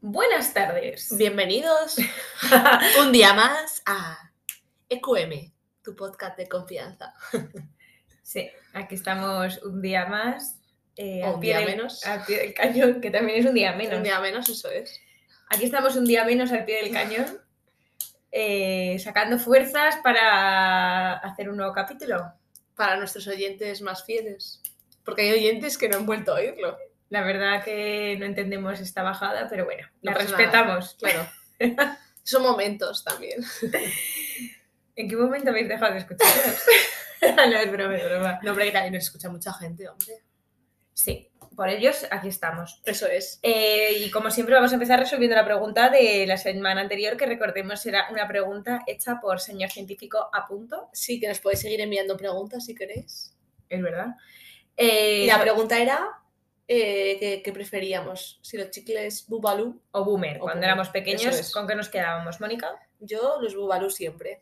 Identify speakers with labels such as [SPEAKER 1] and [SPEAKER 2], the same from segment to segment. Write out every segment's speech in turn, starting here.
[SPEAKER 1] Buenas tardes.
[SPEAKER 2] Bienvenidos un día más a EQM, tu podcast de confianza.
[SPEAKER 1] Sí, aquí estamos un día más. eh,
[SPEAKER 2] O
[SPEAKER 1] al
[SPEAKER 2] un
[SPEAKER 1] pie
[SPEAKER 2] día
[SPEAKER 1] del-
[SPEAKER 2] menos.
[SPEAKER 1] Al pie del cañón, que también es un día menos.
[SPEAKER 2] Un día menos, eso es.
[SPEAKER 1] Aquí estamos un día menos al pie del cañón, eh, sacando fuerzas para hacer un nuevo capítulo.
[SPEAKER 2] Para nuestros oyentes más fieles. Porque hay oyentes que no han vuelto a oírlo.
[SPEAKER 1] La verdad que no entendemos esta bajada, pero bueno,
[SPEAKER 2] No
[SPEAKER 1] la
[SPEAKER 2] pasa nada.
[SPEAKER 1] respetamos.
[SPEAKER 2] Claro. Son momentos también.
[SPEAKER 1] ¿En qué momento habéis dejado de escucharnos? no, es broma, es broma.
[SPEAKER 2] No, hombre, que también nos escucha mucha gente, hombre.
[SPEAKER 1] Sí, por ellos aquí estamos.
[SPEAKER 2] Eso es.
[SPEAKER 1] Eh, y como siempre vamos a empezar resolviendo la pregunta de la semana anterior, que recordemos era una pregunta hecha por señor científico a punto,
[SPEAKER 2] Sí, que nos podéis seguir enviando preguntas si queréis.
[SPEAKER 1] es verdad.
[SPEAKER 2] Y
[SPEAKER 1] Eh,
[SPEAKER 2] la pregunta era eh, ¿qué, qué preferíamos, si los chicles Bubalú.
[SPEAKER 1] o boomer,
[SPEAKER 2] o
[SPEAKER 1] cuando
[SPEAKER 2] boomer,
[SPEAKER 1] éramos
[SPEAKER 2] eso
[SPEAKER 1] pequeños,
[SPEAKER 2] es.
[SPEAKER 1] ¿con qué nos quedábamos? Mónica,
[SPEAKER 2] Yo los Bubalú siempre.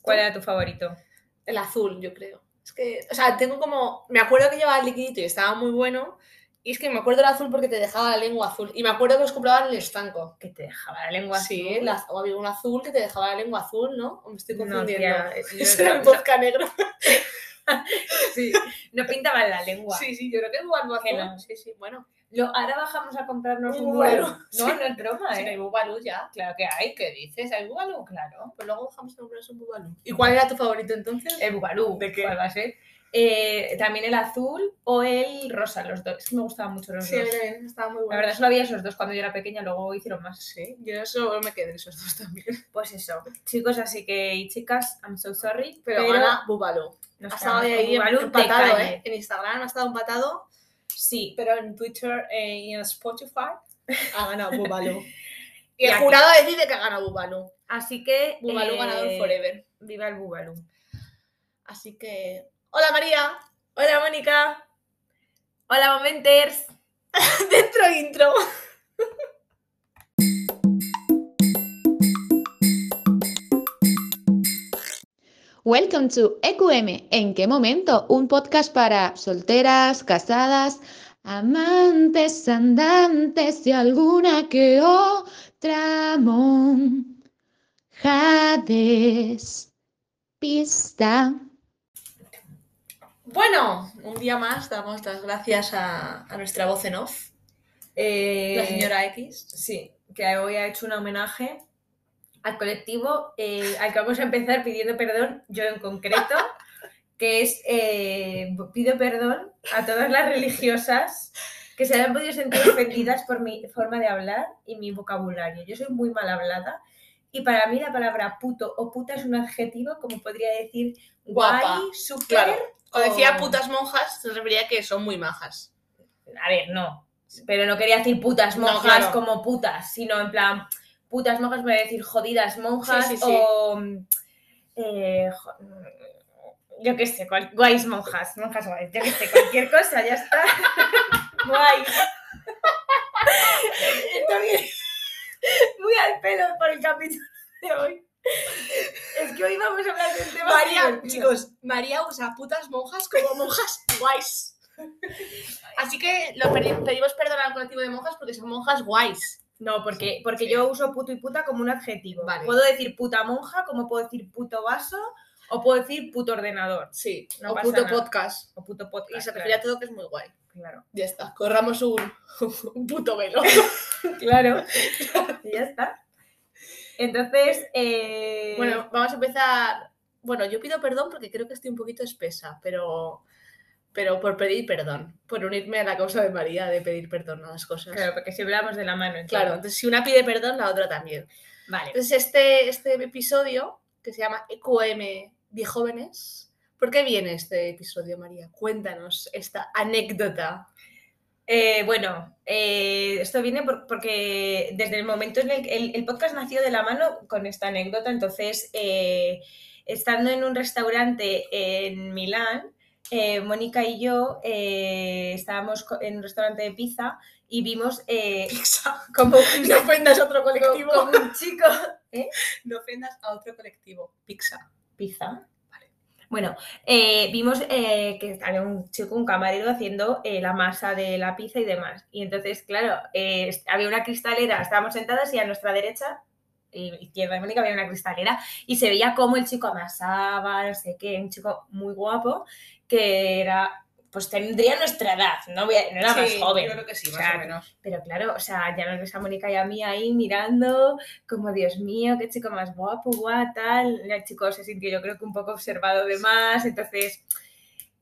[SPEAKER 1] ¿cuál era tu favorito?
[SPEAKER 2] El azul, yo creo. Es que, o sea, tengo como. Me acuerdo que llevaba el liquidito y estaba muy bueno. Y es que me acuerdo el azul porque te dejaba la lengua azul. Y me acuerdo que los compraba en el estanco.
[SPEAKER 1] Que te dejaba la lengua
[SPEAKER 2] Sí,
[SPEAKER 1] azul.
[SPEAKER 2] la- o había un azul que te dejaba la lengua azul, ¿no? O me estoy
[SPEAKER 1] No,
[SPEAKER 2] confundiendo.
[SPEAKER 1] tía, yo-
[SPEAKER 2] Eso era el
[SPEAKER 1] no,
[SPEAKER 2] vodka negro.
[SPEAKER 1] sí, no pintaban la lengua.
[SPEAKER 2] Sí, sí, yo creo que es Bubalú
[SPEAKER 1] Que
[SPEAKER 2] azul.
[SPEAKER 1] no.
[SPEAKER 2] Sí, sí, bueno.
[SPEAKER 1] Lo- ahora bajamos a comprarnos un
[SPEAKER 2] Bueno,
[SPEAKER 1] bueno.
[SPEAKER 2] sí.
[SPEAKER 1] No, no es broma,
[SPEAKER 2] Si no
[SPEAKER 1] ¿eh?
[SPEAKER 2] hay Bubalú ya.
[SPEAKER 1] Claro que hay, ¿qué dices? ¿Hay Bubalú? Claro.
[SPEAKER 2] Pues luego dejamos de comprarnos un Bubalú. ¿Y cuál era tu favorito entonces?
[SPEAKER 1] El Bubalú,
[SPEAKER 2] ¿De qué?
[SPEAKER 1] ¿cuál va a ser? Eh, también el azul o el rosa, los dos. Es que me gustaban mucho los
[SPEAKER 2] sí, a
[SPEAKER 1] dos.
[SPEAKER 2] mí también estaba muy bueno.
[SPEAKER 1] La verdad, solo había esos dos cuando yo era pequeña, luego hicieron más.
[SPEAKER 2] Sí, yo solo me quedé en esos dos también.
[SPEAKER 1] Pues eso, chicos, así que, y chicas, I'm so sorry, pero,
[SPEAKER 2] Pero, ahora Bubalú.
[SPEAKER 1] nos
[SPEAKER 2] Ha estado
[SPEAKER 1] quedamos
[SPEAKER 2] ahí
[SPEAKER 1] con Bubalú de
[SPEAKER 2] empatado,
[SPEAKER 1] calle.
[SPEAKER 2] ¿eh? En Instagram ha estado empatado,
[SPEAKER 1] Sí,
[SPEAKER 2] pero en Twitter eh, y en Spotify ha ganado Bubalú. y
[SPEAKER 1] Y
[SPEAKER 2] el
[SPEAKER 1] aquí.
[SPEAKER 2] jurado decide que ha ganado Bubalú.
[SPEAKER 1] así que...
[SPEAKER 2] Bubalú
[SPEAKER 1] eh,
[SPEAKER 2] ganador forever.
[SPEAKER 1] Viva el Bubalú.
[SPEAKER 2] Así que... ¡Hola, María!
[SPEAKER 1] Hola, Mónica. Hola, Momenters.
[SPEAKER 2] ¡Dentro intro!
[SPEAKER 3] Welcome to EQM. ¿En qué momento? Un podcast para solteras, casadas, amantes, andantes y alguna que otra Jades. Pista.
[SPEAKER 2] Bueno, un día más damos las gracias a, a nuestra voz en off,
[SPEAKER 1] Eh,
[SPEAKER 2] la señora X.
[SPEAKER 1] Sí, que hoy ha hecho un homenaje al colectivo eh, al que vamos a empezar pidiendo perdón, yo en concreto, que es eh, pido perdón a todas las religiosas que se hayan podido sentir ofendidas por mi forma de hablar y mi vocabulario. Yo soy muy mal hablada y para mí la palabra puto o puta es un adjetivo como podría decir
[SPEAKER 2] Guapa,
[SPEAKER 1] guay, súper...
[SPEAKER 2] claro. Cuando decía
[SPEAKER 1] o-
[SPEAKER 2] putas monjas, se refería que son muy majas.
[SPEAKER 1] A ver, no. Pero no quería decir putas
[SPEAKER 2] No,
[SPEAKER 1] monjas
[SPEAKER 2] claro.
[SPEAKER 1] como putas, sino en plan, putas monjas voy a decir jodidas monjas
[SPEAKER 2] Sí, sí, sí.
[SPEAKER 1] o. mm, eh, jo- mm, yo qué sé, cual- guays monjas, monjas guays, yo qué sé, cualquier cosa, ya está. Guays. También muy al pelo por el capítulo de hoy. Es que hoy vamos a hablar de un tema.
[SPEAKER 2] María,
[SPEAKER 1] divertido.
[SPEAKER 2] chicos, María usa putas monjas como monjas guays. Así que lo pedi- pedimos perdón al colectivo de monjas porque son monjas guays.
[SPEAKER 1] No, porque, porque
[SPEAKER 2] sí.
[SPEAKER 1] yo uso puto y puta como un adjetivo.
[SPEAKER 2] Vale.
[SPEAKER 1] Puedo decir puta monja, como puedo decir puto vaso, o puedo decir puto ordenador,
[SPEAKER 2] Sí,
[SPEAKER 1] no
[SPEAKER 2] o
[SPEAKER 1] pasa
[SPEAKER 2] puto
[SPEAKER 1] nada.
[SPEAKER 2] podcast.
[SPEAKER 1] o puto podcast.
[SPEAKER 2] Y se refería
[SPEAKER 1] claro.
[SPEAKER 2] a todo que es muy guay.
[SPEAKER 1] Claro.
[SPEAKER 2] Ya está, corramos un, un puto velo.
[SPEAKER 1] Eh, claro. y ya está. Entonces, eh,
[SPEAKER 2] Bueno, vamos a empezar. Bueno, yo pido perdón porque creo que estoy un poquito espesa, pero, pero por pedir perdón, por unirme a la causa de María de pedir perdón a las cosas.
[SPEAKER 1] claro, porque siempre hablamos de la mano. entonces-
[SPEAKER 2] Claro, entonces si una pide perdón, la otra también.
[SPEAKER 1] Vale.
[SPEAKER 2] Entonces, este, este episodio, que se llama EQM de jóvenes, ¿por qué viene este episodio, María? Cuéntanos esta anécdota.
[SPEAKER 1] Eh, bueno, eh, esto viene por- porque desde el momento en el que el, el podcast nació de la mano con esta anécdota, entonces eh, estando en un restaurante en Milán, eh, Mónica y yo eh, estábamos co- en un restaurante de pizza y vimos eh,
[SPEAKER 2] Pizza.
[SPEAKER 1] como un,
[SPEAKER 2] No ofendas a otro
[SPEAKER 1] como-
[SPEAKER 2] colectivo.
[SPEAKER 1] como un chico...
[SPEAKER 2] No ofendas a otro colectivo. Pizza.
[SPEAKER 1] Pizza. Bueno, eh, vimos eh, que había un chico, un camarero, haciendo eh, la masa de la pizza y demás. Y entonces, claro, eh, había una cristalera, estábamos sentadas y a nuestra derecha, eh, izquierda y Mónica, había una cristalera. Y se veía cómo el chico amasaba, no sé qué, un chico muy guapo, que era, pues tendría nuestra edad, no, voy a- no era más
[SPEAKER 2] Sí,
[SPEAKER 1] joven.
[SPEAKER 2] Yo creo que sí,
[SPEAKER 1] O
[SPEAKER 2] más
[SPEAKER 1] sea,
[SPEAKER 2] o menos.
[SPEAKER 1] Pero claro, o sea, ya nos ves a Mónica y a mí ahí mirando, como Dios mío, qué chico más guapo, guau, tal. El chico se sintió, yo creo que un poco observado de más. Entonces,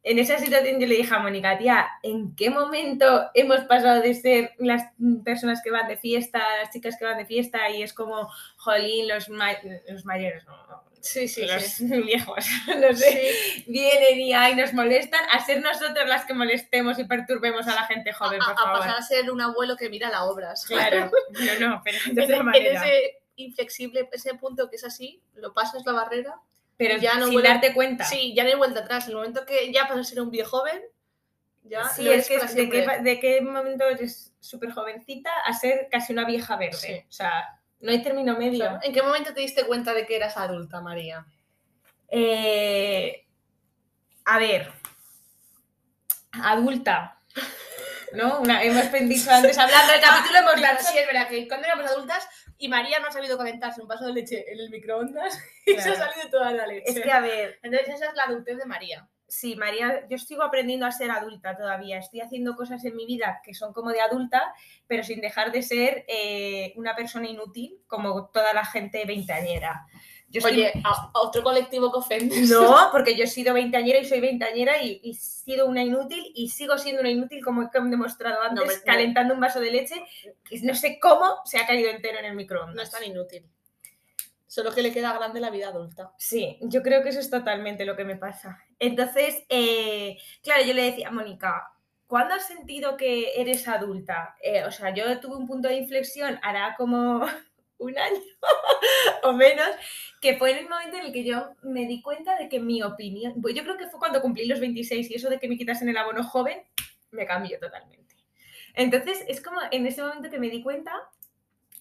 [SPEAKER 1] en esa situación yo le dije a Mónica, tía, ¿en qué momento hemos pasado de ser las personas que van de fiesta, las chicas que van de fiesta y es como, jolín, los, ma- los mayores, no, no,
[SPEAKER 2] Sí, sí,
[SPEAKER 1] los
[SPEAKER 2] sí.
[SPEAKER 1] viejos, no sé
[SPEAKER 2] Sí.
[SPEAKER 1] vienen y ay, nos molestan, a ser nosotros las que molestemos y perturbemos a la gente
[SPEAKER 2] A,
[SPEAKER 1] joven, por
[SPEAKER 2] a- a
[SPEAKER 1] favor.
[SPEAKER 2] pasar a ser un abuelo que mira las obras.
[SPEAKER 1] Claro, no, no, pero de
[SPEAKER 2] En,
[SPEAKER 1] otra
[SPEAKER 2] en
[SPEAKER 1] manera.
[SPEAKER 2] ese inflexible, ese punto que es así, lo pasas la barrera.
[SPEAKER 1] pero
[SPEAKER 2] ya no
[SPEAKER 1] sin
[SPEAKER 2] vuelve-
[SPEAKER 1] darte cuenta.
[SPEAKER 2] Sí, ya no hay vuelta atrás. En el momento que ya pasas a ser un viejo joven, ya
[SPEAKER 1] Sí,
[SPEAKER 2] lo
[SPEAKER 1] es que
[SPEAKER 2] para
[SPEAKER 1] de
[SPEAKER 2] siempre.
[SPEAKER 1] qué, pa- de qué momento eres súper jovencita a ser casi una vieja verde.
[SPEAKER 2] Sí.
[SPEAKER 1] O sea, no hay término
[SPEAKER 2] O
[SPEAKER 1] medio.
[SPEAKER 2] sea, ¿En qué momento te diste cuenta de que eras adulta, María?
[SPEAKER 1] Eh, a ver, adulta. ¿No? Una- hemos dicho antes, hablando del capítulo, hemos
[SPEAKER 2] Claro,
[SPEAKER 1] lanzado.
[SPEAKER 2] sí, es verdad que cuando éramos adultas y María no ha sabido calentarse un vaso de leche en el microondas y se ha
[SPEAKER 1] Claro.
[SPEAKER 2] salido toda la leche.
[SPEAKER 1] Es que, a ver,
[SPEAKER 2] Entonces esa es la adultez de María.
[SPEAKER 1] sí, María, yo sigo aprendiendo a ser adulta todavía. Estoy haciendo cosas en mi vida que son como de adulta, pero sin dejar de ser eh, una persona inútil como toda la gente veinteañera. Yo estoy-
[SPEAKER 2] Oye, a, a otro colectivo que ofendes.
[SPEAKER 1] No, porque yo he sido veinteañera y soy veinteañera y, y he sido una inútil y sigo siendo una inútil como he demostrado antes,
[SPEAKER 2] pero-
[SPEAKER 1] calentando un vaso de leche que no sé cómo se ha caído entero en el microondas.
[SPEAKER 2] No es tan inútil. Solo que le queda grande la vida adulta.
[SPEAKER 1] Sí, yo creo que eso es totalmente lo que me pasa. Entonces, eh, claro, yo le decía a Mónica, ¿cuándo has sentido que eres adulta? Eh, o sea, yo tuve un punto de inflexión, hará como un año o menos, que fue en el momento en el que yo me di cuenta de que mi opinión, bueno, yo creo que fue cuando cumplí los 26 y eso de que me quitasen el abono joven, me cambió totalmente. Entonces, es como en ese momento que me di cuenta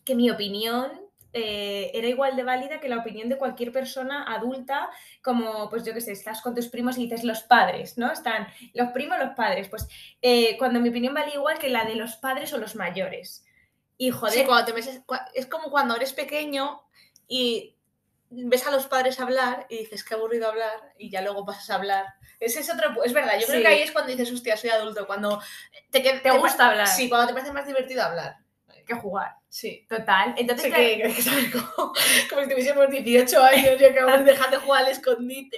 [SPEAKER 1] que mi opinión eh, era igual de válida que la opinión de cualquier persona adulta, como, pues yo qué sé, estás con tus primos y dices los padres, ¿no? Están los primos, los padres. Pues eh, cuando mi opinión valía igual que la de los padres o los mayores. Y joder,
[SPEAKER 2] Sí, cuando te ves- cua- es como cuando eres pequeño y ves a los padres hablar y dices qué aburrido hablar y ya luego pasas a hablar. Ese es otro, pu- es verdad, yo creo
[SPEAKER 1] Sí.
[SPEAKER 2] que ahí es cuando dices, hostia, soy adulto, cuando te, que-
[SPEAKER 1] te
[SPEAKER 2] pa-
[SPEAKER 1] gusta hablar
[SPEAKER 2] Sí, cuando te parece más divertido hablar.
[SPEAKER 1] que jugar.
[SPEAKER 2] Sí.
[SPEAKER 1] Total. Entonces,
[SPEAKER 2] Sé
[SPEAKER 1] claro,
[SPEAKER 2] que, que sabe como, como si tuviésemos 18 años y acabamos de dejar de jugar al escondite.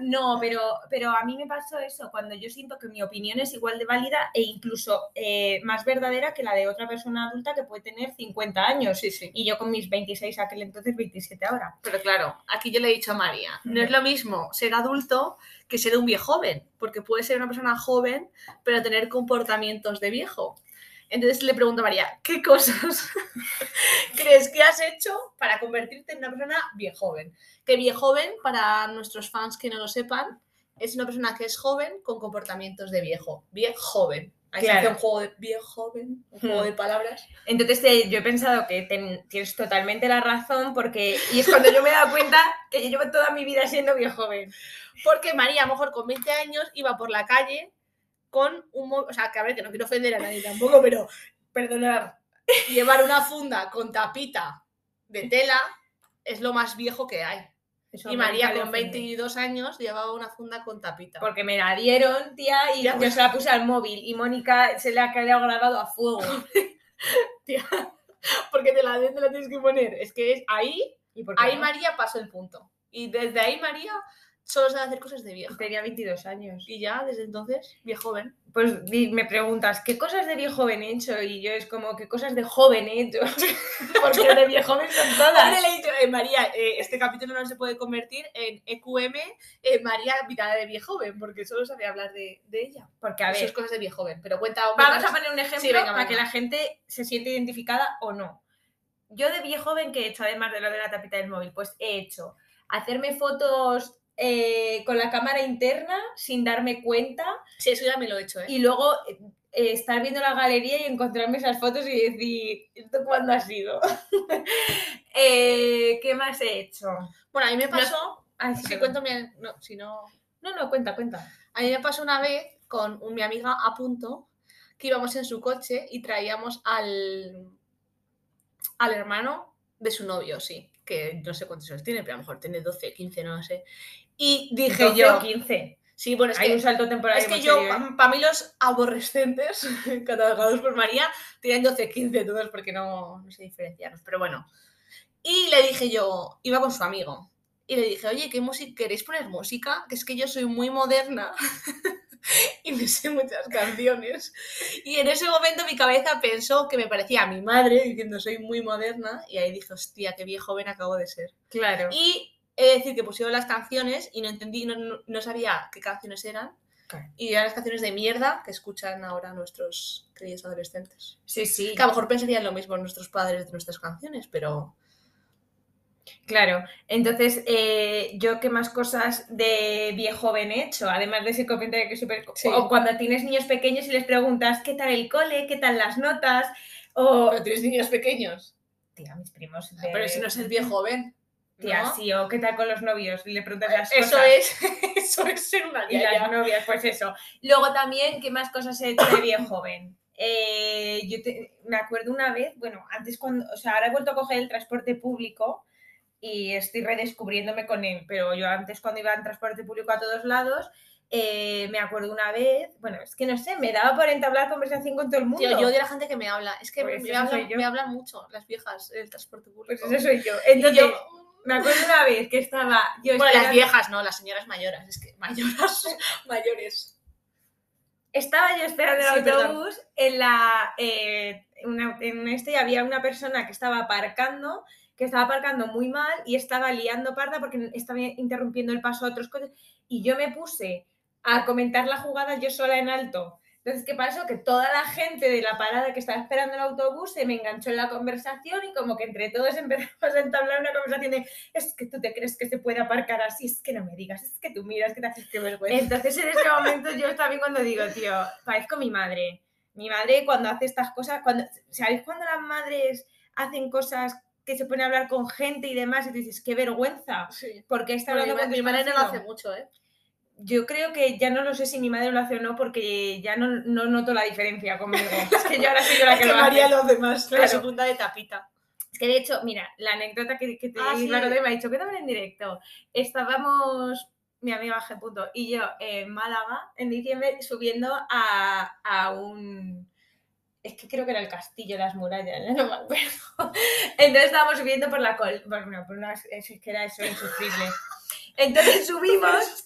[SPEAKER 1] no, pero, pero a mí me pasó eso, cuando yo siento que mi opinión es igual de válida e incluso eh, más verdadera que la de otra persona adulta que puede tener 50 años.
[SPEAKER 2] Sí, sí.
[SPEAKER 1] Y yo con mis 26 aquel entonces, 27 ahora.
[SPEAKER 2] Pero claro, aquí yo le he dicho a María, no es lo mismo ser adulto que ser un viejo joven, porque puede ser una persona joven, pero tener comportamientos de viejo. Entonces le pregunto a María, ¿qué cosas crees que has hecho para convertirte en una persona viejo joven? Que viejo joven, para nuestros fans que no lo sepan, es una persona que es joven con comportamientos de viejo. Viejo joven. Ahí se
[SPEAKER 1] Claro.
[SPEAKER 2] hace un juego de viejo joven, un juego de palabras.
[SPEAKER 1] Entonces eh, yo he pensado que ten- tienes totalmente la razón porque... Y es cuando yo me he dado cuenta que yo llevo toda mi vida siendo bien joven.
[SPEAKER 2] Porque María, a lo mejor con 20 años, iba por la calle con un... mo- O sea, que a ver, que no quiero ofender a nadie tampoco, pero perdonar. Llevar una funda con tapita de tela es lo más viejo que hay.
[SPEAKER 1] Eso
[SPEAKER 2] Y
[SPEAKER 1] a Mónica
[SPEAKER 2] María
[SPEAKER 1] le
[SPEAKER 2] con
[SPEAKER 1] ofende.
[SPEAKER 2] 22 años llevaba una funda con tapita.
[SPEAKER 1] Porque me la dieron, tía, y
[SPEAKER 2] Ya. pues.
[SPEAKER 1] yo se la puse al móvil. Y Mónica se la ha quedado grabado a fuego.
[SPEAKER 2] Porque te la, te la tienes que poner. Es que es ahí,
[SPEAKER 1] ¿Y por qué
[SPEAKER 2] ahí
[SPEAKER 1] no?
[SPEAKER 2] María pasó el punto. Y desde ahí María solo sabe hacer cosas de viejo.
[SPEAKER 1] Tenía 22 años.
[SPEAKER 2] Y ya desde entonces, viejo joven.
[SPEAKER 1] Pues di- me preguntas, ¿qué cosas de viejo joven he hecho? Y yo es como, ¿qué cosas de joven he hecho? Porque de viejo joven son
[SPEAKER 2] Hombre,
[SPEAKER 1] todas.
[SPEAKER 2] le he dicho, eh, María, eh, este capítulo no se puede convertir en EQM eh, María mirada de viejo joven, porque solo sabía hablar de, de ella.
[SPEAKER 1] Porque a
[SPEAKER 2] Sus
[SPEAKER 1] ver,
[SPEAKER 2] cosas de viejo joven, pero cuenta.
[SPEAKER 1] vamos
[SPEAKER 2] cuéntanos-
[SPEAKER 1] a poner un ejemplo
[SPEAKER 2] venga,
[SPEAKER 1] para
[SPEAKER 2] venga.
[SPEAKER 1] que la gente se siente identificada o no. Yo de viejo joven que he hecho, además de lo de la tapita del móvil, pues he hecho hacerme fotos eh, con la cámara interna sin darme cuenta.
[SPEAKER 2] Sí, eso ya me lo he hecho, ¿eh?
[SPEAKER 1] y luego eh, eh, estar viendo la galería y encontrarme esas fotos y decir, ¿esto cuándo ha sido? Eh, ¿Qué más he hecho?
[SPEAKER 2] Bueno, a mí me pasó.
[SPEAKER 1] Ay,
[SPEAKER 2] Si
[SPEAKER 1] perdón.
[SPEAKER 2] cuento mi ane- no, si no.
[SPEAKER 1] No, no, cuenta, cuenta.
[SPEAKER 2] A mí me pasó una vez con un- mi amiga a punto que íbamos en su coche y traíamos al, al hermano de su novio, sí, que no sé cuántos años tiene, pero a lo mejor tiene 12, 15, no lo sé. Y dije
[SPEAKER 1] Dije
[SPEAKER 2] yo,
[SPEAKER 1] yo 15.
[SPEAKER 2] sí, bueno, es
[SPEAKER 1] Hay
[SPEAKER 2] que,
[SPEAKER 1] un salto temporal. ¿eh?
[SPEAKER 2] es que yo, para mí los aborrecentes catalogados por María tenían 12, 15 todos porque no, no se diferenciaron, pero bueno. Y le dije yo, iba con su amigo, y le dije, oye, ¿qué música queréis poner música? Que es que yo soy muy moderna y me sé muchas canciones. Y en ese momento mi cabeza pensó que me parecía a mi madre diciendo soy muy moderna y ahí dije, hostia, qué viejo joven acabo de ser.
[SPEAKER 1] Claro.
[SPEAKER 2] Y he de decir que pusieron las canciones y no entendí, no, no- no sabía qué canciones eran.
[SPEAKER 1] Claro.
[SPEAKER 2] Y eran las canciones de mierda que escuchan ahora nuestros queridos adolescentes.
[SPEAKER 1] Sí, sí.
[SPEAKER 2] Que a lo mejor pensarían lo mismo nuestros padres de nuestras canciones, pero
[SPEAKER 1] Claro. Entonces, eh, yo qué más cosas de viejo joven he hecho, además de ser comentario que es súper...
[SPEAKER 2] Sí.
[SPEAKER 1] O cuando tienes niños pequeños y les preguntas qué tal el cole, qué tal las notas, o...
[SPEAKER 2] Oh, pero tienes niños pequeños.
[SPEAKER 1] Tía, mis primos de...
[SPEAKER 2] Pero si no es el viejo joven.
[SPEAKER 1] Tía,
[SPEAKER 2] ¿no?
[SPEAKER 1] sí, o qué tal con los novios, y le preguntas las
[SPEAKER 2] Eso
[SPEAKER 1] cosas.
[SPEAKER 2] es, eso es ser una
[SPEAKER 1] Y
[SPEAKER 2] yaya.
[SPEAKER 1] las novias, pues eso. Luego también, ¿qué más cosas he hecho de bien joven? Eh, yo te- me acuerdo una vez, bueno, antes cuando, o sea, ahora he vuelto a coger el transporte público y estoy redescubriéndome con él, pero yo antes cuando iba en transporte público a todos lados, eh, me acuerdo una vez, bueno, es que no sé, me daba por entablar conversación con todo el mundo.
[SPEAKER 2] Tío, yo odio a la gente que me habla. Es que
[SPEAKER 1] Pues
[SPEAKER 2] me,
[SPEAKER 1] eso soy
[SPEAKER 2] hablan,
[SPEAKER 1] yo.
[SPEAKER 2] me hablan mucho las viejas en el transporte público.
[SPEAKER 1] Pues eso soy yo.
[SPEAKER 2] Y
[SPEAKER 1] Entonces,
[SPEAKER 2] yo-
[SPEAKER 1] me acuerdo una vez que estaba yo
[SPEAKER 2] bueno, las
[SPEAKER 1] esperando-
[SPEAKER 2] viejas, no, las señoras mayores. Es que mayoras, mayores.
[SPEAKER 1] Estaba yo esperando el
[SPEAKER 2] Sí, perdón.
[SPEAKER 1] autobús en la eh, una- en este y había una persona que estaba aparcando, que estaba aparcando muy mal y estaba liando parda porque estaba interrumpiendo el paso a otros coches y yo me puse a comentar la jugada yo sola en alto. Entonces, ¿qué pasó? Que toda la gente de la parada que estaba esperando el autobús se me enganchó en la conversación y como que entre todos empezamos a entablar una conversación de es que tú te crees que se puede aparcar así, es que no me digas, es que tú miras, que tal.
[SPEAKER 2] Qué vergüenza.
[SPEAKER 1] Entonces en ese momento yo también cuando digo, tío, parezco mi madre. Mi madre cuando hace estas cosas, cuando ¿sabéis cuando las madres hacen cosas que se ponen a hablar con gente y demás y tú dices, qué vergüenza?
[SPEAKER 2] Sí.
[SPEAKER 1] Porque está
[SPEAKER 2] Bueno, mi,
[SPEAKER 1] hablando
[SPEAKER 2] ma-
[SPEAKER 1] con
[SPEAKER 2] mi madre no lo hace
[SPEAKER 1] desconocido?
[SPEAKER 2] mucho, ¿eh?
[SPEAKER 1] Yo creo que ya no lo sé si mi madre lo hace o no porque ya no, no noto la diferencia conmigo. es que yo ahora soy yo la que, lo hace.
[SPEAKER 2] los demás,
[SPEAKER 1] claro.
[SPEAKER 2] La segunda de tapita.
[SPEAKER 1] Es que de hecho, mira, la anécdota que, que te
[SPEAKER 2] Ah, sí.
[SPEAKER 1] iba a contar, me ha dicho, cuéntame en directo. Estábamos, mi amiga G. Punto y yo en Málaga en diciembre subiendo a, a un... Es que creo que era el castillo, las murallas, no me acuerdo. Entonces estábamos subiendo por la col... Bueno, por una... Es que era eso, insufrible. Entonces subimos...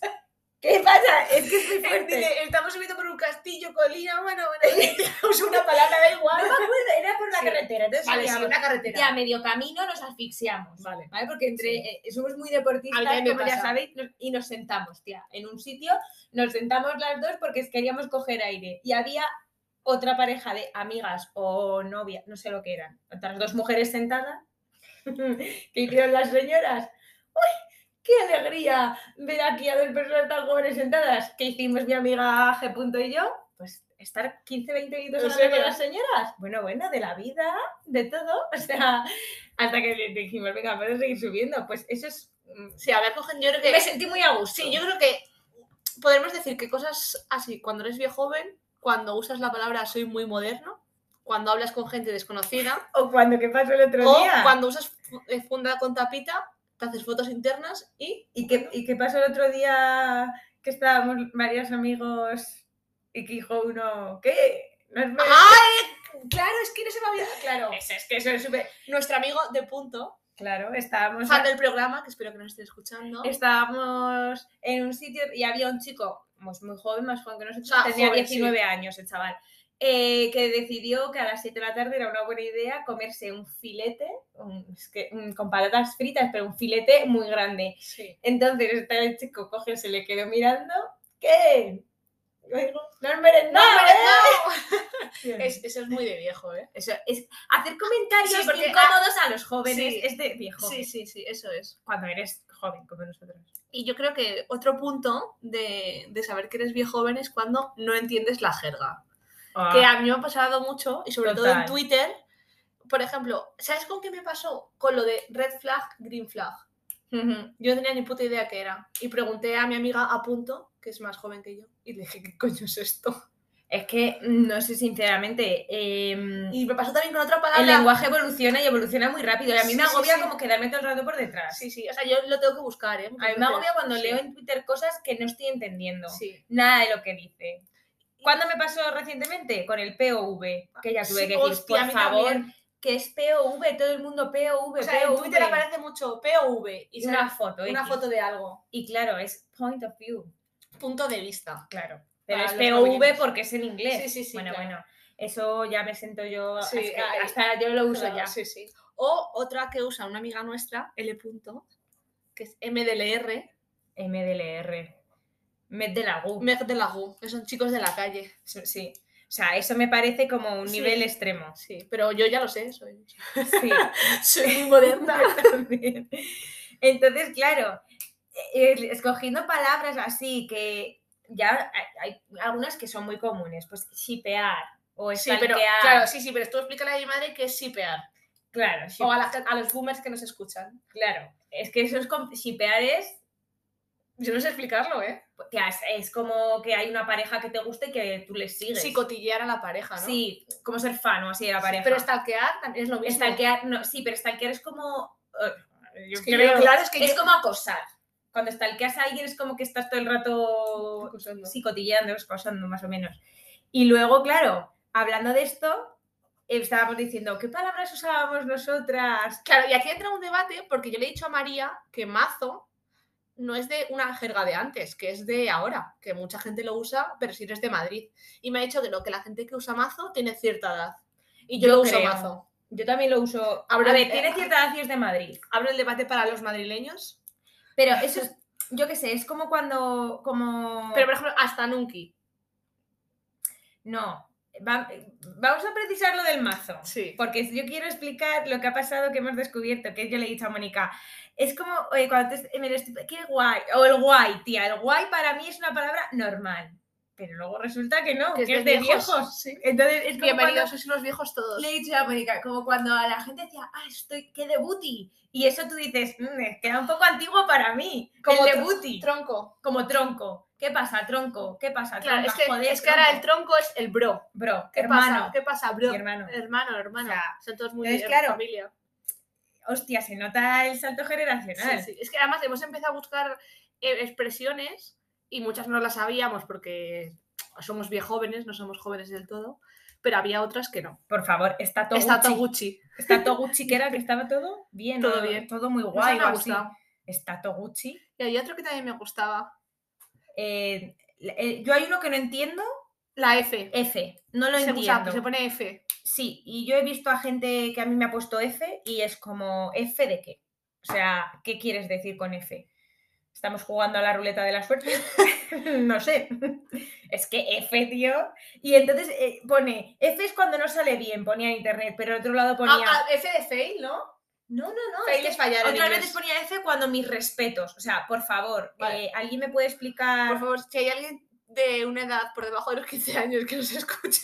[SPEAKER 1] ¿Qué pasa? Es que es muy fuerte.
[SPEAKER 2] Dice, estamos subiendo por un castillo, colina, bueno, bueno. Usa una palabra, da
[SPEAKER 1] No me
[SPEAKER 2] igual.
[SPEAKER 1] acuerdo, era por la
[SPEAKER 2] Sí.
[SPEAKER 1] carretera. Entonces
[SPEAKER 2] Vale, sí,
[SPEAKER 1] subíamos.
[SPEAKER 2] una carretera.
[SPEAKER 1] Y a medio camino nos asfixiamos.
[SPEAKER 2] Vale.
[SPEAKER 1] Porque entre,
[SPEAKER 2] Sí.
[SPEAKER 1] eh, somos muy
[SPEAKER 2] A
[SPEAKER 1] deportistas,
[SPEAKER 2] mí también me
[SPEAKER 1] como ya
[SPEAKER 2] pasa.
[SPEAKER 1] sabéis, nos- y nos sentamos, tía, en un sitio, nos sentamos las dos porque queríamos coger aire. Y había otra pareja de amigas o novias, no sé lo que eran, otras dos mujeres sentadas, que hicieron las señoras. ¡Uy! ¡Qué alegría ver aquí a dos personas tan jóvenes sentadas! que hicimos mi amiga G. punto y yo? Pues estar 15, 20 minutos
[SPEAKER 2] ¿En
[SPEAKER 1] hablando con
[SPEAKER 2] serio?
[SPEAKER 1] las señoras. Bueno, bueno, de la vida, de todo. O sea, hasta que le- dijimos, venga, vamos a seguir subiendo. Pues eso es. mm,
[SPEAKER 2] Sí, a ver, cogen, yo creo que...
[SPEAKER 1] Me sentí muy a gusto.
[SPEAKER 2] Sí, yo creo que podremos decir que cosas así, cuando eres viejo joven, cuando usas la palabra soy muy moderno, cuando hablas con gente desconocida,
[SPEAKER 1] O cuando que pasó el otro
[SPEAKER 2] o
[SPEAKER 1] día.
[SPEAKER 2] cuando usas fu- eh, funda con tapita, te haces fotos internas y...
[SPEAKER 1] ¿Y qué, ¿Y qué pasó el otro día que estábamos varios amigos y que dijo uno, ¿qué? No es
[SPEAKER 2] Ah,
[SPEAKER 1] verdad".
[SPEAKER 2] ¡Ay! Claro, es que no se me había... Claro,
[SPEAKER 1] Eso es que eso es súper.
[SPEAKER 2] nuestro amigo de punto,
[SPEAKER 1] Claro, estábamos.
[SPEAKER 2] fan del programa, que espero que nos esté escuchando.
[SPEAKER 1] estábamos en un sitio y había un chico pues, muy joven, más joven que nosotros,
[SPEAKER 2] O sea,
[SPEAKER 1] tenía
[SPEAKER 2] joven,
[SPEAKER 1] 19 años el chaval, eh, que decidió que a las 7 de la tarde era una buena idea comerse un filete, un- es que, mm, con patatas fritas, pero un filete muy grande.
[SPEAKER 2] Sí.
[SPEAKER 1] Entonces está el chico coge, se le quedó mirando, ¿qué? Y yo digo, No has
[SPEAKER 2] ¡No,
[SPEAKER 1] merendado,
[SPEAKER 2] hombre,
[SPEAKER 1] ¿eh?".
[SPEAKER 2] no! Es- eso es muy de viejo, ¿eh?
[SPEAKER 1] Eso es hacer comentarios
[SPEAKER 2] Sí, porque-
[SPEAKER 1] incómodos a los jóvenes
[SPEAKER 2] Sí.
[SPEAKER 1] es de viejo.
[SPEAKER 2] Sí, sí, sí, eso es.
[SPEAKER 1] Cuando eres joven como nosotros.
[SPEAKER 2] Y yo creo que otro punto de, de saber que eres bien joven es cuando no entiendes la jerga. Que a mí me ha pasado mucho, y sobre todo en
[SPEAKER 1] Ah. Total.
[SPEAKER 2] Twitter, por ejemplo, ¿sabes con qué me pasó? Con lo de red flag, green flag. Ujú. Yo no tenía ni puta idea qué era. Y pregunté a mi amiga a punto, que es más joven que yo, y le dije, ¿qué coño es esto?
[SPEAKER 1] Es que mm, no sé, sinceramente. em,
[SPEAKER 2] Y me pasó también con otra palabra.
[SPEAKER 1] el lenguaje evoluciona y evoluciona muy rápido. Y a mí
[SPEAKER 2] Sí,
[SPEAKER 1] me
[SPEAKER 2] sí,
[SPEAKER 1] agobia
[SPEAKER 2] sí.
[SPEAKER 1] como quedarme todo el rato por detrás.
[SPEAKER 2] Sí, sí, o sea, yo lo tengo que buscar, ¿eh?
[SPEAKER 1] A mí me
[SPEAKER 2] Muchas
[SPEAKER 1] agobia
[SPEAKER 2] veces.
[SPEAKER 1] cuando
[SPEAKER 2] Sí.
[SPEAKER 1] leo en Twitter cosas que no estoy entendiendo.
[SPEAKER 2] Sí.
[SPEAKER 1] Nada de lo que dice. ¿Cuándo me pasó recientemente? Con el POV, que ya tuve
[SPEAKER 2] Sí,
[SPEAKER 1] que decir,
[SPEAKER 2] hostia, a
[SPEAKER 1] por
[SPEAKER 2] mí
[SPEAKER 1] favor,
[SPEAKER 2] también.
[SPEAKER 1] que es POV, todo el mundo POV,
[SPEAKER 2] O sea, en
[SPEAKER 1] POV.
[SPEAKER 2] Twitter aparece mucho POV y
[SPEAKER 1] y
[SPEAKER 2] sale
[SPEAKER 1] una foto,
[SPEAKER 2] una
[SPEAKER 1] X.
[SPEAKER 2] foto de algo.
[SPEAKER 1] Y claro, es point of view,
[SPEAKER 2] Punto de vista.
[SPEAKER 1] claro. Pero
[SPEAKER 2] Para
[SPEAKER 1] es
[SPEAKER 2] los
[SPEAKER 1] POV
[SPEAKER 2] noveles.
[SPEAKER 1] porque es en inglés.
[SPEAKER 2] Sí, sí, sí,
[SPEAKER 1] Bueno,
[SPEAKER 2] claro.
[SPEAKER 1] bueno, eso ya me siento yo,
[SPEAKER 2] Sí,
[SPEAKER 1] es que
[SPEAKER 2] ay,
[SPEAKER 1] hasta yo lo uso
[SPEAKER 2] Claro,
[SPEAKER 1] ya.
[SPEAKER 2] Sí, sí. O otra que usa una amiga nuestra, L. punto, que es MDLR,
[SPEAKER 1] MDLR. Med de la GU.
[SPEAKER 2] Meg de la Gu, que son chicos de la calle.
[SPEAKER 1] Sí. O sea, eso me parece como un
[SPEAKER 2] Sí.
[SPEAKER 1] nivel extremo.
[SPEAKER 2] Sí, pero yo ya lo sé, soy,
[SPEAKER 1] Sí.
[SPEAKER 2] soy muy moderna.
[SPEAKER 1] También. Entonces, claro, eh, escogiendo palabras así que ya hay hay algunas que son muy comunes, pues shipear o
[SPEAKER 2] Sí, pero
[SPEAKER 1] stalkear.
[SPEAKER 2] claro, sí, sí, pero tú explícale a mi madre que es shipear.
[SPEAKER 1] claro, ship-
[SPEAKER 2] O a, la gen- a los boomers que nos escuchan.
[SPEAKER 1] claro. Es que eso es com- shipear es
[SPEAKER 2] Yo no sé explicarlo, ¿eh?
[SPEAKER 1] que as- es como que hay una pareja que te gusta y que tú les sigues.
[SPEAKER 2] Sí, cotillear a la pareja, ¿no?
[SPEAKER 1] Sí, como ser fan o así de la
[SPEAKER 2] Sí,
[SPEAKER 1] pareja.
[SPEAKER 2] Pero stalkear también es lo mismo.
[SPEAKER 1] Stalkear, no, sí, pero stalkear es como. eh, yo
[SPEAKER 2] Es que yo-
[SPEAKER 1] creo-
[SPEAKER 2] claro, es que
[SPEAKER 1] es
[SPEAKER 2] yo-
[SPEAKER 1] como acosar. Cuando stalkeas a alguien es como que estás todo el rato
[SPEAKER 2] Acusando.
[SPEAKER 1] sí, cotilleando, acosando más o menos. Y luego, claro, hablando de esto, eh, estábamos diciendo, ¿qué palabras usábamos nosotras?
[SPEAKER 2] Claro, y aquí entra un debate porque yo le he dicho a María que mazo no es de una jerga de antes, que es de ahora, que mucha gente lo usa, pero si eres de Madrid. Y me ha dicho que no, que la gente que usa mazo tiene cierta edad. Y yo,
[SPEAKER 1] Yo
[SPEAKER 2] no uso
[SPEAKER 1] creo.
[SPEAKER 2] mazo.
[SPEAKER 1] Yo también lo uso. A
[SPEAKER 2] Habrá-
[SPEAKER 1] ver, tiene cierta edad y es de Madrid.
[SPEAKER 2] Abro el debate para los madrileños.
[SPEAKER 1] Pero eso es, yo qué sé, es como cuando. Como...
[SPEAKER 2] Pero, por ejemplo, hasta Nunki.
[SPEAKER 1] No. va- vamos a precisar lo del mazo.
[SPEAKER 2] Sí.
[SPEAKER 1] Porque yo quiero explicar lo que ha pasado, que hemos descubierto, que yo le he dicho a Mónica. Es como oye, cuando te- me lo estoy- qué guay, o el guay, tía. El guay para mí es una palabra normal, pero luego resulta que no, que, es de viejos.
[SPEAKER 2] Sí.
[SPEAKER 1] Entonces, es como
[SPEAKER 2] Bienvenidos,
[SPEAKER 1] cuando-
[SPEAKER 2] sois unos viejos todos.
[SPEAKER 1] Le he dicho a Mónica, como cuando a la gente decía, ah, estoy, qué debuti. Y eso tú dices, "Mm, queda un poco antiguo para mí.
[SPEAKER 2] Como
[SPEAKER 1] el
[SPEAKER 2] tro-
[SPEAKER 1] debuti,
[SPEAKER 2] Tronco.
[SPEAKER 1] como tronco. ¿Qué pasa, tronco? ¿Qué pasa,
[SPEAKER 2] Claro,
[SPEAKER 1] tronca?
[SPEAKER 2] es que,
[SPEAKER 1] Joder,
[SPEAKER 2] es que ahora el
[SPEAKER 1] tronco.
[SPEAKER 2] tronco es el bro.
[SPEAKER 1] Bro,
[SPEAKER 2] ¿Qué
[SPEAKER 1] hermano.
[SPEAKER 2] pasa? ¿Qué pasa, bro?
[SPEAKER 1] Mi hermano.
[SPEAKER 2] Hermano, hermano.
[SPEAKER 1] O sea,
[SPEAKER 2] Son todos muy
[SPEAKER 1] entonces,
[SPEAKER 2] bien,
[SPEAKER 1] claro,
[SPEAKER 2] familia.
[SPEAKER 1] Hostia, se nota el salto generacional.
[SPEAKER 2] Sí, sí. Es que además hemos empezado a buscar eh, expresiones y muchas no las sabíamos porque somos bien jóvenes, no somos jóvenes del todo, pero había otras que no.
[SPEAKER 1] Por favor, está todo
[SPEAKER 2] Está
[SPEAKER 1] Gucci.
[SPEAKER 2] Toguchi.
[SPEAKER 1] Está Toguchi, que era que estaba todo bien.
[SPEAKER 2] Todo
[SPEAKER 1] ¿no?
[SPEAKER 2] bien.
[SPEAKER 1] Todo muy
[SPEAKER 2] Guay,
[SPEAKER 1] guay.
[SPEAKER 2] me
[SPEAKER 1] o
[SPEAKER 2] ha
[SPEAKER 1] así.
[SPEAKER 2] gustado.
[SPEAKER 1] Está Toguchi.
[SPEAKER 2] Y hay otro que también me gustaba.
[SPEAKER 1] Eh, eh, yo hay uno que no entiendo,
[SPEAKER 2] La F.
[SPEAKER 1] F. Eh, No lo
[SPEAKER 2] se, usa,
[SPEAKER 1] entiendo.
[SPEAKER 2] se pone F.
[SPEAKER 1] Sí, y yo he visto a gente que a mí me ha puesto F y es como, ¿F de qué? O sea, ¿qué quieres decir con F? ¿Estamos jugando a la ruleta de la suerte? no sé. Es que F, tío. Y entonces eh, pone, F es cuando no sale bien, ponía en internet, pero al otro lado ponía...
[SPEAKER 2] Ah, ah, F de fail, ¿no?
[SPEAKER 1] No, no, no. es
[SPEAKER 2] fail
[SPEAKER 1] que
[SPEAKER 2] es fallar en
[SPEAKER 1] Otras
[SPEAKER 2] inglés.
[SPEAKER 1] veces ponía F cuando mis respetos. O sea, por favor,
[SPEAKER 2] Vale.
[SPEAKER 1] eh, ¿alguien me puede explicar?
[SPEAKER 2] Por favor, si hay alguien de una edad por debajo de los 15 años que nos escuche,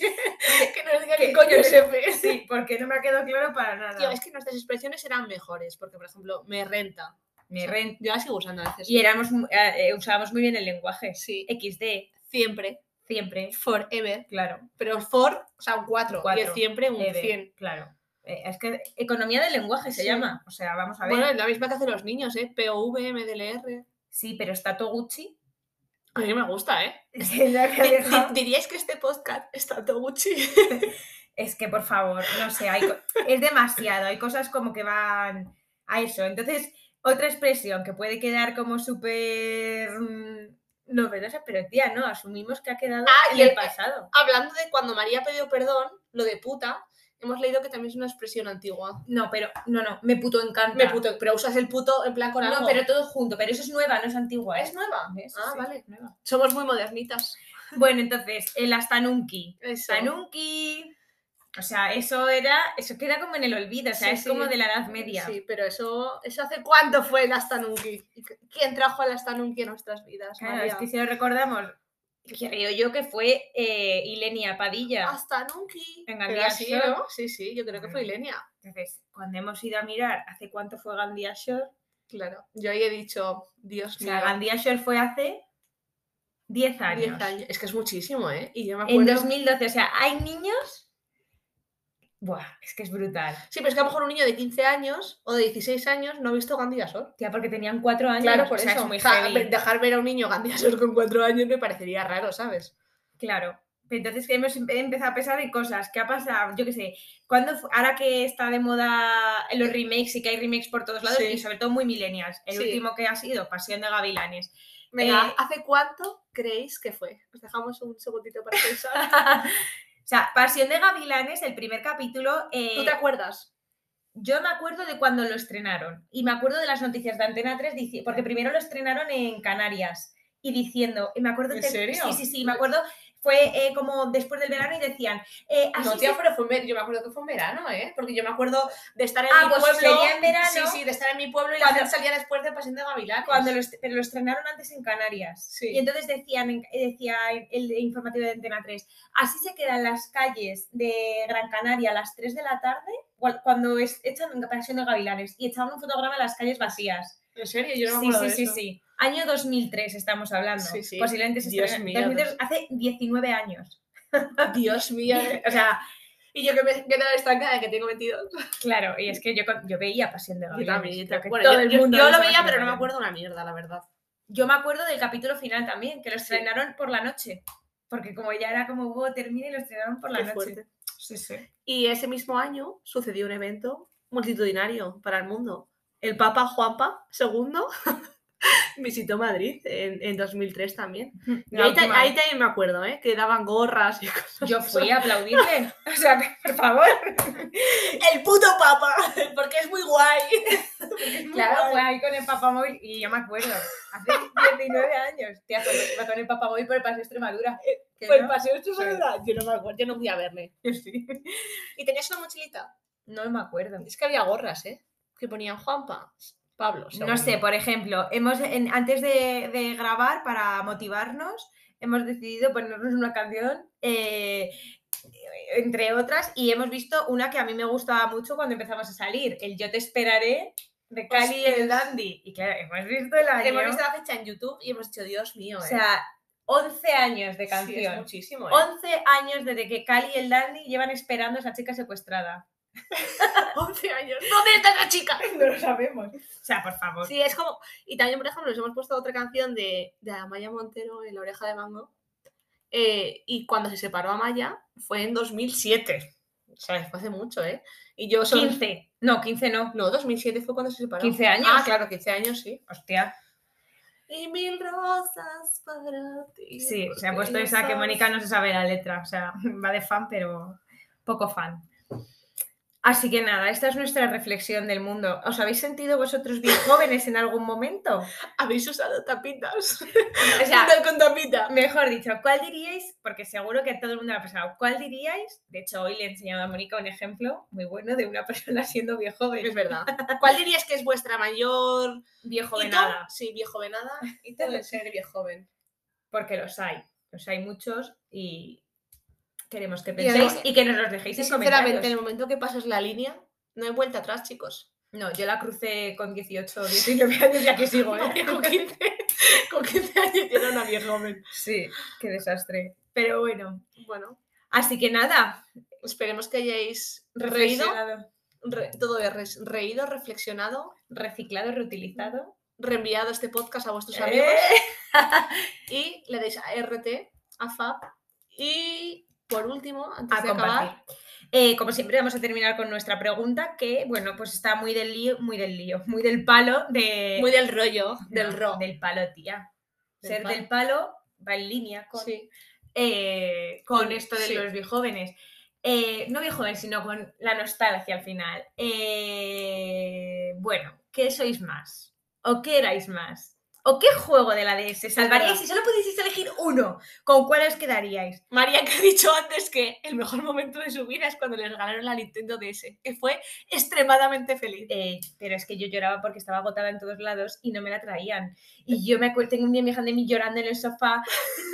[SPEAKER 2] que nos diga qué
[SPEAKER 1] que-
[SPEAKER 2] coño es F.
[SPEAKER 1] Sí, porque no me ha quedado claro para nada.
[SPEAKER 2] Tío, es que nuestras expresiones eran mejores, porque, por ejemplo, me renta.
[SPEAKER 1] Me ren-
[SPEAKER 2] Yo la sigo usando a veces.
[SPEAKER 1] Y éramos, mu- eh, eh, usábamos muy bien el lenguaje.
[SPEAKER 2] Sí,
[SPEAKER 1] XD,
[SPEAKER 2] siempre,
[SPEAKER 1] siempre,
[SPEAKER 2] forever,
[SPEAKER 1] claro.
[SPEAKER 2] pero for, o sea, un 4,
[SPEAKER 1] Cuatro,
[SPEAKER 2] y el siempre un
[SPEAKER 1] ED,
[SPEAKER 2] 100.
[SPEAKER 1] Claro. Eh, es que economía del lenguaje se
[SPEAKER 2] Sí.
[SPEAKER 1] llama. O sea, vamos a ver.
[SPEAKER 2] Bueno, es la misma que hacen los niños, ¿eh? POV, MDLR.
[SPEAKER 1] Sí, pero está Toguchi.
[SPEAKER 2] A mí me gusta, ¿eh?
[SPEAKER 1] Es la que ha
[SPEAKER 2] Di- di-
[SPEAKER 1] dejado.
[SPEAKER 2] ¿Diríais que este podcast está todo Gucci?
[SPEAKER 1] Es que, por favor, no sé, hay co- es demasiado. Hay cosas como que van a eso. Entonces, otra expresión que puede quedar como súper mm, novedosa, pero tía, no, asumimos que ha quedado
[SPEAKER 2] Ah,
[SPEAKER 1] en
[SPEAKER 2] y
[SPEAKER 1] el
[SPEAKER 2] el-
[SPEAKER 1] pasado.
[SPEAKER 2] Hablando de cuando María pidió perdón, lo de puta, hemos leído que también es una expresión antigua.
[SPEAKER 1] No, pero, no, no, me puto encanta.
[SPEAKER 2] Me puto, pero usas el puto en plan con algo.
[SPEAKER 1] No, pero todo junto, pero eso es nueva, no es antigua.
[SPEAKER 2] es nueva.
[SPEAKER 1] ¿Ves?
[SPEAKER 2] Ah,
[SPEAKER 1] Sí,
[SPEAKER 2] vale.
[SPEAKER 1] nueva.
[SPEAKER 2] Somos muy modernitas.
[SPEAKER 1] Bueno, entonces, el hasta nunca.
[SPEAKER 2] Eso.
[SPEAKER 1] Tanunki. O sea, eso era. Eso queda como en el olvido, o sea,
[SPEAKER 2] Sí,
[SPEAKER 1] es
[SPEAKER 2] sí.
[SPEAKER 1] como de la Edad Media.
[SPEAKER 2] Sí, pero eso, eso hace cuánto fue el hasta nunqui. ¿Y qu- ¿Quién trajo el hasta nunqui a nuestras vidas?
[SPEAKER 1] Claro,
[SPEAKER 2] María?
[SPEAKER 1] es que si lo recordamos, creo yo que Ah, fue eh, Ilenia Padilla.
[SPEAKER 2] Hasta nunqui.
[SPEAKER 1] En
[SPEAKER 2] Pero
[SPEAKER 1] Gandía
[SPEAKER 2] así,
[SPEAKER 1] Shore.
[SPEAKER 2] ¿no? Sí, sí, yo creo que fue
[SPEAKER 1] Bueno.
[SPEAKER 2] Ilenia.
[SPEAKER 1] Entonces, cuando hemos ido a mirar hace cuánto fue Gandhi Ashore,
[SPEAKER 2] Claro, yo ahí he dicho, Dios
[SPEAKER 1] O
[SPEAKER 2] mío,
[SPEAKER 1] sea, Gandhi Ashore fue hace 10 años.
[SPEAKER 2] 10 años. Es que es muchísimo, ¿eh? Y yo me
[SPEAKER 1] En
[SPEAKER 2] acuerdo...
[SPEAKER 1] 2012, o sea, hay niños. Buah, es que es brutal.
[SPEAKER 2] Sí, pero es que a lo mejor un niño de 15 años o de 16 años no ha visto Gandhi Gasol.
[SPEAKER 1] Tía, porque tenían 4 años.
[SPEAKER 2] Claro, por
[SPEAKER 1] o sea,
[SPEAKER 2] eso.
[SPEAKER 1] Es muy
[SPEAKER 2] O sea,
[SPEAKER 1] heavy.
[SPEAKER 2] ve- dejar ver a un niño Gandhi Gasol con 4 años me parecería raro, ¿sabes?
[SPEAKER 1] Eh, Claro. Entonces que hemos em- empezado a pensar en cosas. ¿Qué ha pasado? Yo qué sé. ¿Cuándo, fu- ahora que está de moda los remakes y que hay remakes por todos lados
[SPEAKER 2] Sí.
[SPEAKER 1] y sobre todo muy millennials. El
[SPEAKER 2] Sí.
[SPEAKER 1] último que ha sido Pasión de Gavilanes.
[SPEAKER 2] Venga,
[SPEAKER 1] Eh,
[SPEAKER 2] ¿hace cuánto creéis que fue? Os dejamos un segundito para pensar.
[SPEAKER 1] o sea, Pasión de Gavilanes, el primer capítulo. eh,
[SPEAKER 2] ¿Tú te acuerdas?
[SPEAKER 1] Yo me acuerdo de cuando lo estrenaron y me acuerdo de las noticias de Antena 3, dici- porque primero lo estrenaron en Canarias y diciendo, y me acuerdo
[SPEAKER 2] ¿En
[SPEAKER 1] que-
[SPEAKER 2] serio?
[SPEAKER 1] Sí, sí, sí, me acuerdo, fue eh, como después del verano y decían, eh, así
[SPEAKER 2] No, tía,
[SPEAKER 1] se-
[SPEAKER 2] pero fue en ver- yo me acuerdo que fue en verano, ¿eh? Porque yo me acuerdo de estar en
[SPEAKER 1] Ah,
[SPEAKER 2] mi
[SPEAKER 1] pues
[SPEAKER 2] pueblo.
[SPEAKER 1] sería en verano.
[SPEAKER 2] Sí, sí, de estar en mi pueblo y la
[SPEAKER 1] Cuando-
[SPEAKER 2] gente salía después de Pasión de Gavilanes.
[SPEAKER 1] cuando lo, est- pero lo estrenaron antes en Canarias.
[SPEAKER 2] Sí.
[SPEAKER 1] Y entonces decían, en- eh, decía el- el informativo de Antena 3, así se quedan las calles de Gran Canaria a las 3 de la tarde cual- cuando es, echan pasión de gavilanes y echaban un fotograma de las calles vacías.
[SPEAKER 2] En serio, yo no me
[SPEAKER 1] Sí,
[SPEAKER 2] acuerdo
[SPEAKER 1] sí,
[SPEAKER 2] de
[SPEAKER 1] sí,
[SPEAKER 2] eso.
[SPEAKER 1] sí. Año 2003 estamos hablando.
[SPEAKER 2] Sí, sí.
[SPEAKER 1] Posiblemente se
[SPEAKER 2] Dios
[SPEAKER 1] estrena-
[SPEAKER 2] mío,
[SPEAKER 1] 2003, hace 19 años.
[SPEAKER 2] Dios mío. eh.
[SPEAKER 1] o sea,
[SPEAKER 2] Y yo que me quedo estancada de que tengo 22.
[SPEAKER 1] claro, y es que yo, con- yo veía Pasión de Gavilanes. creo que
[SPEAKER 2] Bueno,
[SPEAKER 1] todo
[SPEAKER 2] yo,
[SPEAKER 1] el
[SPEAKER 2] yo-
[SPEAKER 1] mundo
[SPEAKER 2] yo
[SPEAKER 1] lo
[SPEAKER 2] lo
[SPEAKER 1] sabe
[SPEAKER 2] veía,
[SPEAKER 1] hacer
[SPEAKER 2] pero no me
[SPEAKER 1] Gavilanes.
[SPEAKER 2] acuerdo una mierda, la verdad.
[SPEAKER 1] Yo me acuerdo del capítulo final también, que lo
[SPEAKER 2] Sí.
[SPEAKER 1] estrenaron por la noche. Porque como ya era como hubo termina y lo estrenaron por la
[SPEAKER 2] Qué
[SPEAKER 1] noche.
[SPEAKER 2] fuerte.
[SPEAKER 1] Sí, sí.
[SPEAKER 2] Y ese mismo año sucedió un evento multitudinario para el mundo. El Papa Juanpa II visitó Madrid en, en 2003 también. Y
[SPEAKER 1] La
[SPEAKER 2] ahí, ta-
[SPEAKER 1] última
[SPEAKER 2] ahí también me acuerdo, ¿eh? Que daban gorras y cosas.
[SPEAKER 1] vez. Yo fui a aplaudirle. O sea, por favor.
[SPEAKER 2] ¡El puto Papa! Porque es muy guay.
[SPEAKER 1] Claro, fue ahí con el papamóvil y yo me acuerdo. Hace 19 años. Tía, cuando iba con el papamóvil por el paseo de Extremadura. Que
[SPEAKER 2] Eh, Fue el
[SPEAKER 1] no,
[SPEAKER 2] Pues paseo de
[SPEAKER 1] Sí.
[SPEAKER 2] tu soledad. Yo no me acuerdo, yo no fui a verle.
[SPEAKER 1] que sí.
[SPEAKER 2] ¿Y tenías una mochilita?
[SPEAKER 1] No me acuerdo.
[SPEAKER 2] Es que había gorras, ¿eh? Que ponían Juanpa, Pablo.
[SPEAKER 1] No sé, por ejemplo, hemos en- antes de, de grabar, para motivarnos, hemos decidido ponernos una canción, eh, entre otras, y hemos visto una que a mí me gustaba mucho cuando empezamos a salir, el Yo te esperaré de Cali y el
[SPEAKER 2] Hostias.
[SPEAKER 1] Dandy. Y claro, hemos visto el año.
[SPEAKER 2] Hemos visto la fecha en YouTube y hemos dicho, Dios mío,
[SPEAKER 1] o
[SPEAKER 2] ¿eh?
[SPEAKER 1] sea, 11 años de
[SPEAKER 2] Sí, es
[SPEAKER 1] canción.
[SPEAKER 2] muchísimo, ¿eh?
[SPEAKER 1] 11 años desde que Cali y el Dandy llevan esperando a esa chica secuestrada.
[SPEAKER 2] 11 años. ¿Dónde está esa chica?
[SPEAKER 1] No lo sabemos. O sea, por favor.
[SPEAKER 2] Sí, es como. Y también, por ejemplo, nos hemos puesto otra canción de, de Amaya Montero en La Oreja de Mango. eh, y cuando se separó Amaya fue en 2007. O sea, fue hace mucho, ¿eh? Y yo son.
[SPEAKER 1] 15. No, 15 no.
[SPEAKER 2] No, 2007 fue cuando se separó.
[SPEAKER 1] 15 años.
[SPEAKER 2] Ah, claro, 15 años, sí.
[SPEAKER 1] Hostia.
[SPEAKER 2] Y mil rosas para ti.
[SPEAKER 1] Sí, se ha
[SPEAKER 2] porque
[SPEAKER 1] puesto
[SPEAKER 2] ya
[SPEAKER 1] esa que
[SPEAKER 2] sabes.
[SPEAKER 1] Mónica no se sabe la letra, o sea, va de fan, pero poco fan. Así que nada, esta es nuestra reflexión del mundo. ¿Os habéis sentido vosotros bien jóvenes en algún momento?
[SPEAKER 2] Habéis usado tapitas.
[SPEAKER 1] O sea,
[SPEAKER 2] Punta con tapita.
[SPEAKER 1] mejor dicho, ¿cuál diríais? Porque seguro que a todo el mundo lo ha pasado. ¿Cuál diríais? De hecho, hoy le enseñaba a Mónica un ejemplo muy bueno de una persona siendo bien joven.
[SPEAKER 2] Es verdad. ¿Cuál dirías que es vuestra mayor
[SPEAKER 1] Viejo
[SPEAKER 2] ¿Y
[SPEAKER 1] de
[SPEAKER 2] tú?
[SPEAKER 1] nada,
[SPEAKER 2] Sí, viejo venada. Y todo el ser viejo joven.
[SPEAKER 1] porque los hay. Los hay muchos y queremos que
[SPEAKER 2] además-
[SPEAKER 1] penséis y, que nos los dejéis
[SPEAKER 2] Y
[SPEAKER 1] en
[SPEAKER 2] sinceramente, en
[SPEAKER 1] comentarios.
[SPEAKER 2] el momento que pasas la línea, no hay vuelta atrás, chicos.
[SPEAKER 1] No, yo la crucé con 18 o 19 años ya que sigo,
[SPEAKER 2] María,
[SPEAKER 1] ¿eh?
[SPEAKER 2] con, 15, con 15 años ya era una vieja joven.
[SPEAKER 1] Sí, qué desastre. Pero bueno.
[SPEAKER 2] Bueno,
[SPEAKER 1] Así que nada,
[SPEAKER 2] esperemos que hayáis reído,
[SPEAKER 1] reflexionado,
[SPEAKER 2] re- todo es res- reído, reflexionado,
[SPEAKER 1] reciclado, reutilizado.
[SPEAKER 2] reenviado este podcast a vuestros
[SPEAKER 1] ¡Eh!
[SPEAKER 2] amigos y le deis a RT, a FAB y por último, antes
[SPEAKER 1] A
[SPEAKER 2] de acabar,
[SPEAKER 1] compartir. Eh, como siempre, vamos a terminar con nuestra pregunta, que bueno, pues está muy del lío, muy del lío, muy del palo de.
[SPEAKER 2] muy del rollo, del
[SPEAKER 1] No,
[SPEAKER 2] ro.
[SPEAKER 1] Del palo, tía.
[SPEAKER 2] Del
[SPEAKER 1] Ser
[SPEAKER 2] palo.
[SPEAKER 1] del palo va en línea con,
[SPEAKER 2] Sí.
[SPEAKER 1] eh, con
[SPEAKER 2] Con-
[SPEAKER 1] esto de
[SPEAKER 2] sí.
[SPEAKER 1] los viejóvenes. Eh, no viejoven, sino con la nostalgia al final. Eh, bueno, ¿qué sois más? ¿O qué erais más? ¿O qué juego de la DS salvaríais
[SPEAKER 2] verdad.
[SPEAKER 1] si solo pudieseis elegir uno? ¿Con cuál os quedaríais?
[SPEAKER 2] María, que ha dicho antes que el mejor momento de su vida es cuando le regalaron la Nintendo DS, que fue extremadamente feliz.
[SPEAKER 1] Eh, pero es que yo lloraba porque estaba agotada en todos lados y no me la traían. Y yo me acuerdo, tengo un día mi hija de mí llorando en el sofá,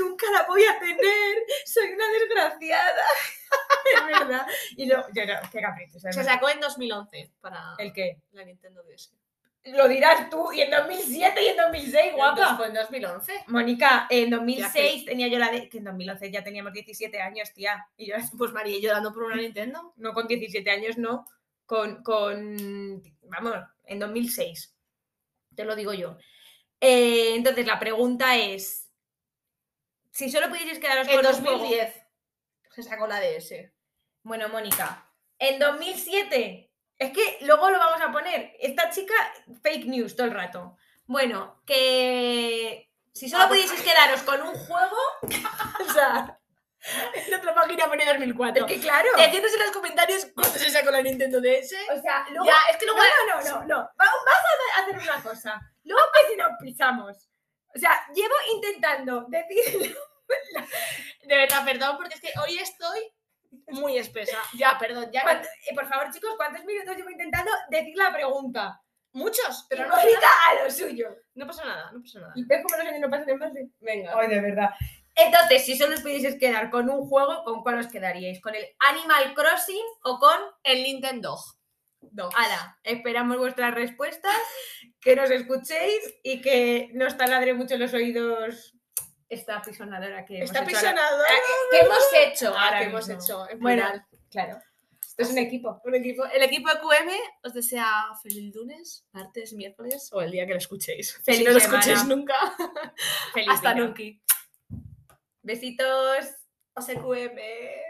[SPEAKER 1] nunca la voy a tener, soy una desgraciada. es verdad. Y yo, yo no, qué capricho. o sea,
[SPEAKER 2] Se
[SPEAKER 1] no-
[SPEAKER 2] sacó en 2011 para
[SPEAKER 1] ¿El qué?
[SPEAKER 2] la Nintendo DS.
[SPEAKER 1] Lo dirás tú, y en 2007 y en 2006,
[SPEAKER 2] Entonces
[SPEAKER 1] guapa.
[SPEAKER 2] fue en 2011.
[SPEAKER 1] Mónica, en
[SPEAKER 2] Ya
[SPEAKER 1] 2006 tenía yo la de... Que en 2011 ya teníamos 17 años, tía. Y yo,
[SPEAKER 2] Pues María llorando por una Nintendo.
[SPEAKER 1] no con 17 años, no. Con, con... Vamos, en 2006. Te lo digo yo. Eh, entonces, la pregunta es... Si solo pudierais quedaros
[SPEAKER 2] En
[SPEAKER 1] Pues con un juego-
[SPEAKER 2] 2010 se sacó la DS.
[SPEAKER 1] Bueno, Mónica, en 2007. Es que luego lo vamos a poner. Esta chica, fake news todo el rato. Bueno, que si solo
[SPEAKER 2] Ah,
[SPEAKER 1] pudieseis quedaros con un juego. pues- o sea,
[SPEAKER 2] En otra página pone 2004.
[SPEAKER 1] es que claro.
[SPEAKER 2] Dejadnos en los comentarios cuándo se sacó la Nintendo DS.
[SPEAKER 1] O sea, luego.
[SPEAKER 2] Ya, es que
[SPEAKER 1] No,
[SPEAKER 2] luego
[SPEAKER 1] no, no, no, no. Va- Vamos a hacer una cosa. Luego pues si nos pisamos. O sea, llevo intentando decir.
[SPEAKER 2] De verdad, perdón, porque es que hoy estoy muy espesa. Ya, perdón, ya.
[SPEAKER 1] ¿Cuánto- eh, por favor, chicos, ¿cuántos minutos llevo intentando decir la pregunta?
[SPEAKER 2] Muchos, pero
[SPEAKER 1] Pero no
[SPEAKER 2] no, pasa nada,
[SPEAKER 1] grita a lo suyo.
[SPEAKER 2] no pasa nada, no pasa nada.
[SPEAKER 1] ¿Ves cómo los años no pasan en balde?
[SPEAKER 2] Venga.
[SPEAKER 1] Ay, de verdad. Entonces, si solo os pudieseis quedar con un juego, ¿con cuál os quedaríais? ¿Con el Animal Crossing o con
[SPEAKER 2] El Nintendo. Dog.
[SPEAKER 1] Ala? Esperamos vuestras respuestas, que nos escuchéis y que no os taladre mucho los oídos esta apisonadora que hemos
[SPEAKER 2] Está
[SPEAKER 1] hecho ahora.
[SPEAKER 2] apisonado.
[SPEAKER 1] Ah, ¿Qué hemos hecho?
[SPEAKER 2] Ah,
[SPEAKER 1] ahora
[SPEAKER 2] que hemos
[SPEAKER 1] mismo?
[SPEAKER 2] hecho. En
[SPEAKER 1] Bueno,
[SPEAKER 2] plural.
[SPEAKER 1] claro. Esto es un equipo.
[SPEAKER 2] Un equipo- el equipo EQM os desea feliz lunes, martes, miércoles o el día que lo escuchéis.
[SPEAKER 1] Feliz
[SPEAKER 2] si no lo
[SPEAKER 1] semana.
[SPEAKER 2] escuchéis nunca,
[SPEAKER 1] Feliz
[SPEAKER 2] hasta
[SPEAKER 1] día.
[SPEAKER 2] nunca.
[SPEAKER 1] Besitos. Eh.
[SPEAKER 2] Os EQM.